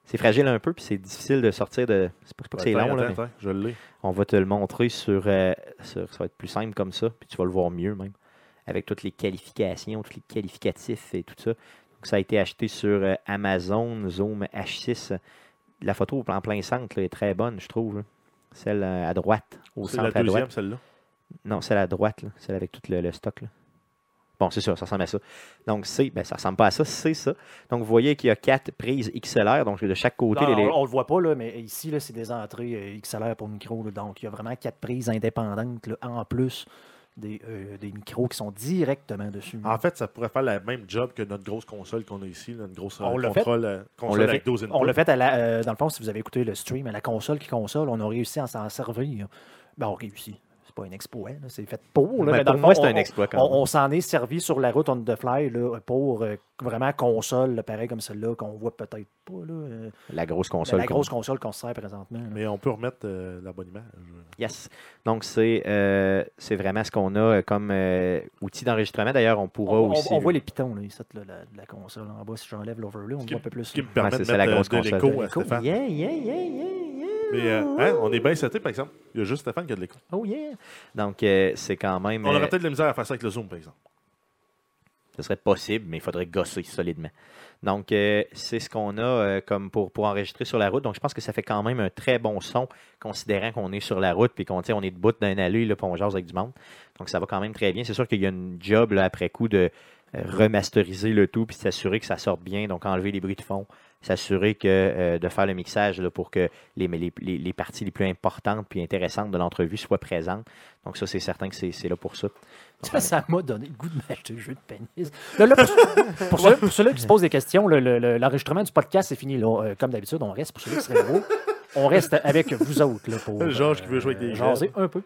Speaker 1: c'est fragile un peu, puis c'est difficile de sortir de. C'est pas, c'est pas que c'est
Speaker 2: Attends,
Speaker 1: long, là,
Speaker 2: attends,
Speaker 1: mais
Speaker 2: attends, je l'ai.
Speaker 1: on va te le montrer sur, euh, sur- Ça va être plus simple comme ça, puis tu vas le voir mieux même. Avec toutes les qualifications, tous les qualificatifs et tout ça. Donc, ça a été acheté sur euh, Amazon, Zoom H6. La photo en plein centre là, est très bonne, je trouve. là. Celle euh, à droite, au
Speaker 2: C'est la
Speaker 1: centre à droite.
Speaker 2: deuxième, celle-là.
Speaker 1: Non, celle à droite, là, celle avec tout le, le stock. là. Bon, c'est ça, ça ressemble à ça. Donc, c'est, ben, ça ressemble pas à ça, c'est ça. Donc, vous voyez qu'il y a quatre prises XLR, donc de chaque côté.
Speaker 3: Non,
Speaker 1: les- les-
Speaker 3: on, on le voit pas, là, mais ici, là, c'est des entrées euh, XLR pour micro. là. donc, il y a vraiment quatre prises indépendantes là, en plus des, euh, des micros qui sont directement dessus.
Speaker 1: Ah.
Speaker 2: En fait, ça pourrait faire le même job que notre grosse console qu'on a ici, là, notre grosse euh,
Speaker 3: On l'a fait.
Speaker 2: contrôle, euh, console
Speaker 1: l'a
Speaker 2: avec 12
Speaker 3: on l'a
Speaker 2: inputs.
Speaker 3: fait, à la, euh, dans le fond, si vous avez écouté le stream, à la console qui console, on a réussi à s'en servir. Ben, on réussit. C'est pas un exploit, là, c'est fait pour. là,
Speaker 1: Ben,
Speaker 3: mais dans
Speaker 1: pour
Speaker 3: le
Speaker 1: moi,
Speaker 3: fond,
Speaker 1: c'est un
Speaker 3: on-
Speaker 1: exploit quand
Speaker 3: On,
Speaker 1: même.
Speaker 3: on s'en est servi sur la route on the fly là, pour euh, vraiment console, là, pareil comme celle-là, qu'on voit peut-être pas. Là, euh,
Speaker 1: La grosse
Speaker 3: mais
Speaker 1: console.
Speaker 3: la
Speaker 1: qu'on-
Speaker 3: grosse console qu'on se sert présentement. là.
Speaker 2: Mais on peut remettre euh, la bonne image.
Speaker 1: Yes. Donc, c'est, euh, c'est vraiment ce qu'on a euh, comme euh, outil d'enregistrement. D'ailleurs, on
Speaker 3: On,
Speaker 1: pourra
Speaker 3: on-
Speaker 1: aussi.
Speaker 3: on voit les pitons, là, ici, là, la, la console en bas. Si j'enlève l'overlay, on
Speaker 2: Ce
Speaker 3: voit
Speaker 2: qui-
Speaker 3: un peu plus.
Speaker 2: Ce qui
Speaker 3: là.
Speaker 2: me permet
Speaker 1: Ouais,
Speaker 2: de
Speaker 1: c'est ça, la
Speaker 2: mettre euh,
Speaker 1: grosse
Speaker 2: de
Speaker 1: console.
Speaker 2: l'écho
Speaker 3: De
Speaker 2: à
Speaker 3: l'écho,
Speaker 2: Stéphane.
Speaker 1: Yeah, yeah, yeah, yeah, yeah.
Speaker 2: Mais euh, hein, on est bien seté, par exemple. Il y a juste Stéphane qui a de l'écho.
Speaker 1: Oh, yeah. Donc, euh, c'est quand même.
Speaker 2: On
Speaker 1: euh,
Speaker 2: aurait peut-être de la misère à faire ça avec le Zoom, par exemple.
Speaker 1: Ce serait possible, mais il faudrait gosser solidement. Donc, euh, c'est ce qu'on a euh, comme pour, pour enregistrer sur la route. Donc, je pense que ça fait quand même un très bon son, considérant qu'on est sur la route puis qu'on tu sais, on est debout d'un allée, là, puis on jase avec du monde. Donc, ça va quand même très bien. C'est sûr qu'il y a une job là, après coup de euh, remasteriser le tout puis de s'assurer que ça sorte bien. Donc, enlever les bruits de fond, s'assurer que euh, de faire le mixage là, pour que les, les, les- les parties les plus importantes puis intéressantes de l'entrevue soient présentes. Donc, ça, c'est certain que c'est c'est là pour ça. Donc,
Speaker 3: Ça, ça m'a donné le goût de m'acheter le jeu de pénis. Là, là, pour, pour ceux, pour ceux-là qui se posent des questions, le- le- le- l'enregistrement du podcast, c'est fini. là. Euh, comme d'habitude, on reste pour ceux qui seraient gros. On reste avec vous autres là, pour euh,
Speaker 2: Georges qui veut jouer avec des
Speaker 3: jaser un peu.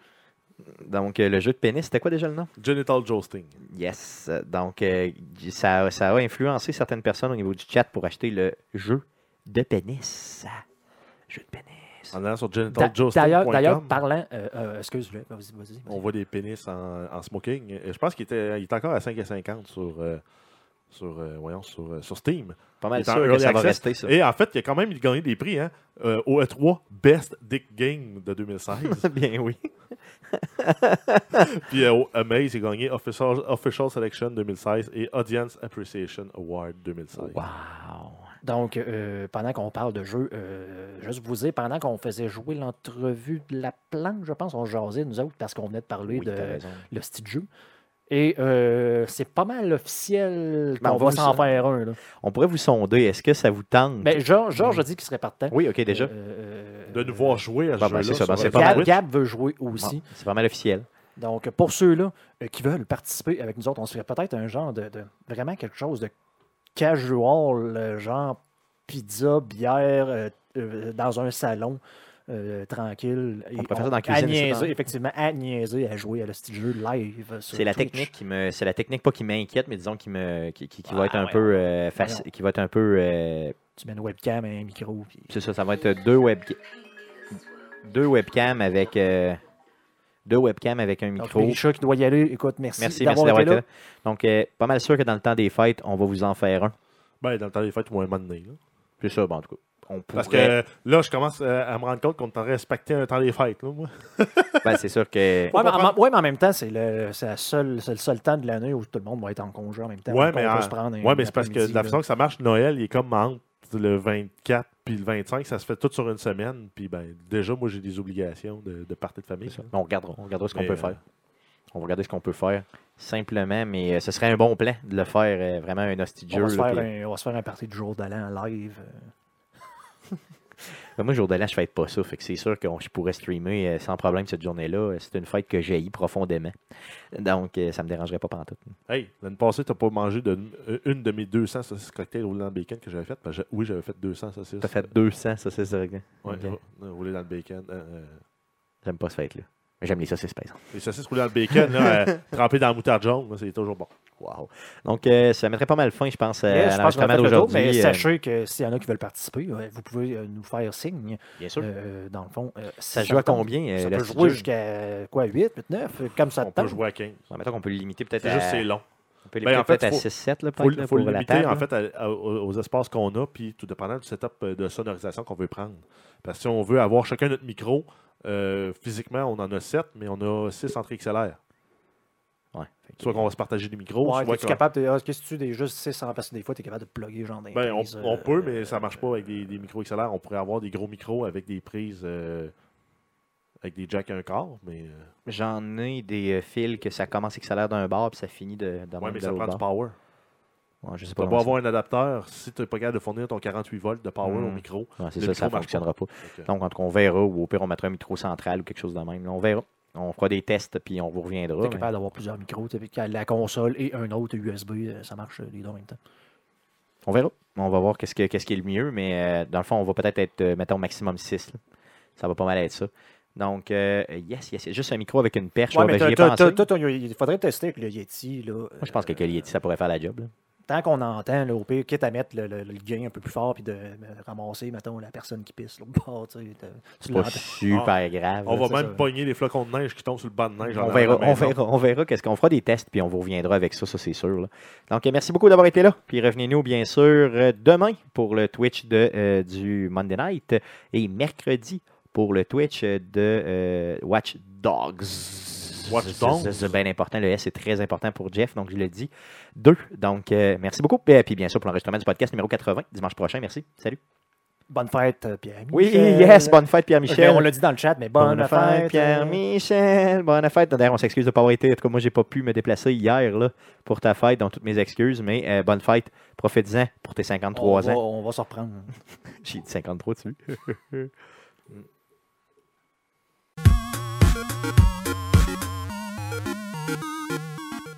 Speaker 1: donc, euh, le jeu de pénis, c'était quoi déjà le nom?
Speaker 2: Genital Joesting.
Speaker 1: Yes. Euh, Donc, euh, ça, ça a influencé certaines personnes au niveau du chat pour acheter le jeu de pénis. Jeu de pénis.
Speaker 2: En allant sur
Speaker 3: D'a- D'ailleurs, d'ailleurs,
Speaker 2: genitaljoesting.com,
Speaker 3: parlant, euh, euh, excuse-le, vas-y, vas-y. vas-y.
Speaker 2: on voit des pénis en, en smoking. Et Je pense qu'il était, il est encore à 5 à 50 sur, euh, sur, euh, voyons, sur, euh, sur Steam.
Speaker 1: Pas mal
Speaker 2: Il est en
Speaker 1: sûr que
Speaker 2: early
Speaker 1: ça va
Speaker 2: access. Eh,
Speaker 1: rester ça.
Speaker 2: Et en fait, il a quand même gagné des prix hein, euh, au E3 Best Dick Game de 2016.
Speaker 1: Bien oui.
Speaker 2: Puis euh, au Amaze, il a gagné Official, Official Selection 2016 et Audience Appreciation Award 2016.
Speaker 1: Wow.
Speaker 3: Donc, euh, pendant qu'on parle de jeu, euh, juste vous dire, pendant qu'on faisait jouer l'entrevue de la planque, je pense, on jasait, nous autres, parce qu'on venait de parler
Speaker 1: Oui,
Speaker 3: de
Speaker 1: t'as raison.
Speaker 3: le style de jeu. Et euh, c'est pas mal officiel
Speaker 1: Ben,
Speaker 3: qu'on
Speaker 1: on
Speaker 3: va
Speaker 1: va
Speaker 3: s'en
Speaker 1: vous-
Speaker 3: faire un. Là.
Speaker 1: On pourrait vous sonder. Est-ce que ça vous tente?
Speaker 3: Mais Georges Georges a dit qu'il serait partant.
Speaker 1: oui, ok, déjà.
Speaker 3: Ben, Euh, euh,
Speaker 2: De nous voir jouer à ce
Speaker 1: Ah, ben,
Speaker 2: jeu-là.
Speaker 1: c'est ça, ben,
Speaker 2: sur
Speaker 1: c'est
Speaker 2: le
Speaker 1: pas mal.
Speaker 3: Gab,
Speaker 2: Switch.
Speaker 3: Gab veut jouer aussi.
Speaker 1: Bon, c'est pas mal officiel.
Speaker 3: Donc, pour ceux-là euh, qui veulent participer avec nous autres, on se ferait peut-être un genre de, de- vraiment quelque chose de casual, euh, genre pizza, bière, euh, euh, dans un salon euh, tranquille.
Speaker 1: On pourrait faire ça dans la cuisine,
Speaker 3: à niaiser,
Speaker 1: c'est pas-
Speaker 3: effectivement, à niaiser, à jouer à le style jeu live. sur
Speaker 1: C'est la
Speaker 3: Twitch.
Speaker 1: technique qui me, c'est la technique pas qui m'inquiète, mais disons qui me, qui, qui- qui va
Speaker 3: Ah,
Speaker 1: être un
Speaker 3: ouais.
Speaker 1: peu, euh, faci- qui va être un peu, euh,
Speaker 3: Tu mets une webcam et un micro. puis-
Speaker 1: c'est ça, ça va être deux webcams. deux webcams avec euh, deux webcams avec un
Speaker 3: Donc,
Speaker 1: micro.
Speaker 3: Richard qui doit y aller, écoute, merci,
Speaker 1: Merci, merci
Speaker 3: d'avoir
Speaker 1: d'avoir
Speaker 3: été
Speaker 1: été
Speaker 3: là.
Speaker 1: là. Donc, euh, pas mal sûr que dans le temps des fêtes, on va vous en faire un.
Speaker 2: Ben, dans le temps des fêtes, ou un moment donné. là.
Speaker 1: C'est ça, bon, en tout cas. On pourrait...
Speaker 2: Parce que là, je commence euh, à me rendre compte qu'on est en train de respecter un temps des fêtes. Là, moi.
Speaker 1: Ben, c'est sûr que.
Speaker 3: Ouais, mais,
Speaker 2: Faut pas
Speaker 3: en, ouais, mais en même temps, c'est le, c'est la seule- c'est le seul temps de l'année où tout le monde va être en congé en même temps.
Speaker 2: Ouais,
Speaker 3: Donc, on
Speaker 2: mais,
Speaker 3: peut
Speaker 2: en-
Speaker 3: se prendre un
Speaker 2: ouais, mais c'est parce que de la
Speaker 3: après-midi,
Speaker 2: façon que ça marche, Noël, il est comme entre le 24 puis le 25. Ça se fait tout sur une semaine. Puis ben, déjà, moi, j'ai des obligations de, de partie de famille.
Speaker 1: c'est ça. On regardera, on regardera ce qu'on
Speaker 2: Mais,
Speaker 1: peut
Speaker 2: euh,
Speaker 1: faire. On va regarder ce qu'on peut faire simplement, mais euh, ce serait un bon plan de le faire euh, vraiment un hostie de
Speaker 3: là. On va,
Speaker 1: jeu.
Speaker 3: se
Speaker 1: là,
Speaker 3: faire
Speaker 1: puis-
Speaker 3: un, on va se faire un party du jour d'Alain en live. euh,
Speaker 1: Ben, moi, jour de l'an, je fête pas ça. Fait que c'est sûr que je pourrais streamer euh, sans problème cette journée-là. Euh, C'est une fête que j'ai profondément. Donc, euh, ça me dérangerait pas pantoute.
Speaker 2: Hey, l'année passée, t'as pas mangé de, euh, une de mes 200 saucisses cocktail roulées dans le bacon que j'avais faites. Ben, j'ai- oui, j'avais fait 200 saucisses.
Speaker 1: T'as fait 200 saucisses de requin.
Speaker 2: Ouais,
Speaker 1: Ok.
Speaker 2: rou- roulées dans le bacon. euh, euh,
Speaker 1: J'aime pas ce fête-là. Mais J'aime les saucisses, par exemple.
Speaker 2: les saucisses roulées dans le bacon, là, euh, trempées dans la moutarde jaune, moi, c'est toujours bon.
Speaker 1: Wow. Donc, euh, ça mettrait pas mal fin, je pense, euh,
Speaker 3: Yeah,
Speaker 1: à
Speaker 3: je pense qu'on a fait
Speaker 1: l'enregistrement
Speaker 3: le tour,
Speaker 1: d'aujourd'hui.
Speaker 3: mais
Speaker 1: euh,
Speaker 3: sachez que s'il y en a qui veulent participer, euh, vous pouvez euh, nous faire signe.
Speaker 1: bien sûr.
Speaker 3: euh, dans le fond, euh, si
Speaker 1: ça joue à
Speaker 3: tombe.
Speaker 1: combien euh,
Speaker 3: Ça
Speaker 1: la
Speaker 3: peut
Speaker 1: petite
Speaker 3: jouer
Speaker 1: jeu?
Speaker 3: jusqu'à quoi, 8, 9, euh, comme ça
Speaker 2: On
Speaker 3: te
Speaker 2: peut
Speaker 3: tente.
Speaker 2: jouer à 15.
Speaker 1: Ouais, mettons qu'on peut le limiter peut-être
Speaker 2: C'est juste,
Speaker 1: à,
Speaker 2: c'est long.
Speaker 1: on peut le
Speaker 2: Ben, en
Speaker 1: limiter peut-être
Speaker 2: fait,
Speaker 1: à
Speaker 2: faut-
Speaker 1: 6-7 là,
Speaker 2: faut,
Speaker 1: peut-être, là,
Speaker 2: faut
Speaker 1: pour
Speaker 2: le
Speaker 1: la
Speaker 2: limiter
Speaker 1: table.
Speaker 2: en
Speaker 1: là.
Speaker 2: fait à- à- aux, aux espaces qu'on a, puis tout dépendant du setup euh, de sonorisation qu'on veut prendre. Parce que si on veut avoir chacun notre micro, euh, physiquement, on en a 7, mais on a 6 entrées XLR.
Speaker 1: Ouais. Fait que-
Speaker 2: Soit qu'on va se partager des micros,
Speaker 3: Ouais,
Speaker 2: soit
Speaker 3: es-tu
Speaker 2: qu'on-
Speaker 3: capable de. ah, Qu'est-ce que tu des juste 600 parce que des fois, tu es capable de plugger genre des.
Speaker 2: Ben, on,
Speaker 3: prises,
Speaker 2: on
Speaker 3: euh,
Speaker 2: peut, mais ça marche pas avec des, des micros XLR. On pourrait avoir des gros micros avec des prises euh, avec des jacks à un quart, mais, euh,
Speaker 1: J'en ai des euh, fils que ça commence et que ça a l'air d'un bar, puis ça finit de, dans
Speaker 2: ouais,
Speaker 1: de
Speaker 2: mais ça
Speaker 1: l'autre
Speaker 2: prend du
Speaker 1: bar.
Speaker 2: power.
Speaker 1: Ouais, je sais
Speaker 2: Tu
Speaker 1: pas.
Speaker 2: vas
Speaker 1: comment
Speaker 2: avoir un adapteur si tu n'es pas capable de fournir ton 48 volts de power
Speaker 1: Hmm.
Speaker 2: au micro.
Speaker 1: ça- Ouais, c'est
Speaker 2: le
Speaker 1: ça, ça
Speaker 2: micro marche
Speaker 1: fonctionnera pas.
Speaker 2: Donc, euh,
Speaker 1: Donc, en tout cas, on verra, ou au pire, on mettra un micro central ou quelque chose de même. On verra. On fera des tests, puis on vous reviendra.
Speaker 3: T'es
Speaker 1: mais-
Speaker 3: capable d'avoir plusieurs micros, t'es- qu'à la console et un autre USB, euh, ça marche euh, les deux en même temps.
Speaker 1: On verra. On va voir qu'est-ce, que- qu'est-ce qui est le mieux, mais euh, dans le fond, on va peut-être être, euh, mettons, maximum 6. Ça va pas mal être ça. Donc, euh, yes, yes, yes. Juste un micro avec une perche.
Speaker 3: Ouais,
Speaker 1: ouais,
Speaker 3: mais
Speaker 1: ben, j'y ai
Speaker 3: t'as-
Speaker 1: pensé.
Speaker 3: t'as- t'as- t'as- il faudrait tester avec le Yeti. Là,
Speaker 1: Moi, je pense que
Speaker 3: euh,
Speaker 1: Kelly ça pourrait faire la job. là.
Speaker 3: Tant qu'on entend, là, au pire, quitte à mettre le, le- le gain un peu plus fort puis de euh, ramasser, mettons, la personne qui pisse l'autre bord, tu sais, t'as- tu
Speaker 1: C'est pas
Speaker 3: l'entends.
Speaker 1: super
Speaker 3: Ah.
Speaker 1: grave.
Speaker 2: on
Speaker 1: là.
Speaker 2: va
Speaker 3: c'est
Speaker 2: même
Speaker 3: ça.
Speaker 2: pogner les flocons de neige qui tombent sur le banc de neige. en
Speaker 1: On
Speaker 2: allant à la
Speaker 1: verra, on
Speaker 2: maison.
Speaker 1: verra, on verra qu'est-ce qu'on fera des tests, puis on vous reviendra avec ça, ça c'est sûr. là. Donc, euh, merci beaucoup d'avoir été là. Puis revenez-nous, bien sûr, euh, demain pour le Twitch de, euh, du Monday Night et mercredi pour le Twitch de euh, Watch Dogs.
Speaker 2: Watch
Speaker 1: C'est-
Speaker 2: Dogs.
Speaker 1: C'est c'est bien important. Le S est très important pour Jeff, donc je le dis. Deux. Donc, euh, merci beaucoup. Et puis, bien sûr, pour l'enregistrement du podcast numéro 80, dimanche prochain. Merci. Salut.
Speaker 3: Bonne fête, euh, Pierre.
Speaker 1: Oui,
Speaker 3: Michel.
Speaker 1: yes. Bonne fête,
Speaker 3: Ok,
Speaker 1: Pierre-Michel.
Speaker 3: on l'a dit dans le chat, mais bonne,
Speaker 1: Bonne
Speaker 3: fête,
Speaker 1: fête,
Speaker 3: euh,
Speaker 1: Pierre-Michel. Bonne fête. D'ailleurs, on s'excuse de ne pas avoir été. En tout cas, moi, j'ai pas pu me déplacer hier là, pour ta fête, donc toutes mes excuses. Mais euh, bonne fête. Profites-en pour tes
Speaker 3: on
Speaker 1: 53
Speaker 3: va,
Speaker 1: ans.
Speaker 3: on va se reprendre.
Speaker 1: J'ai dit 53 dessus.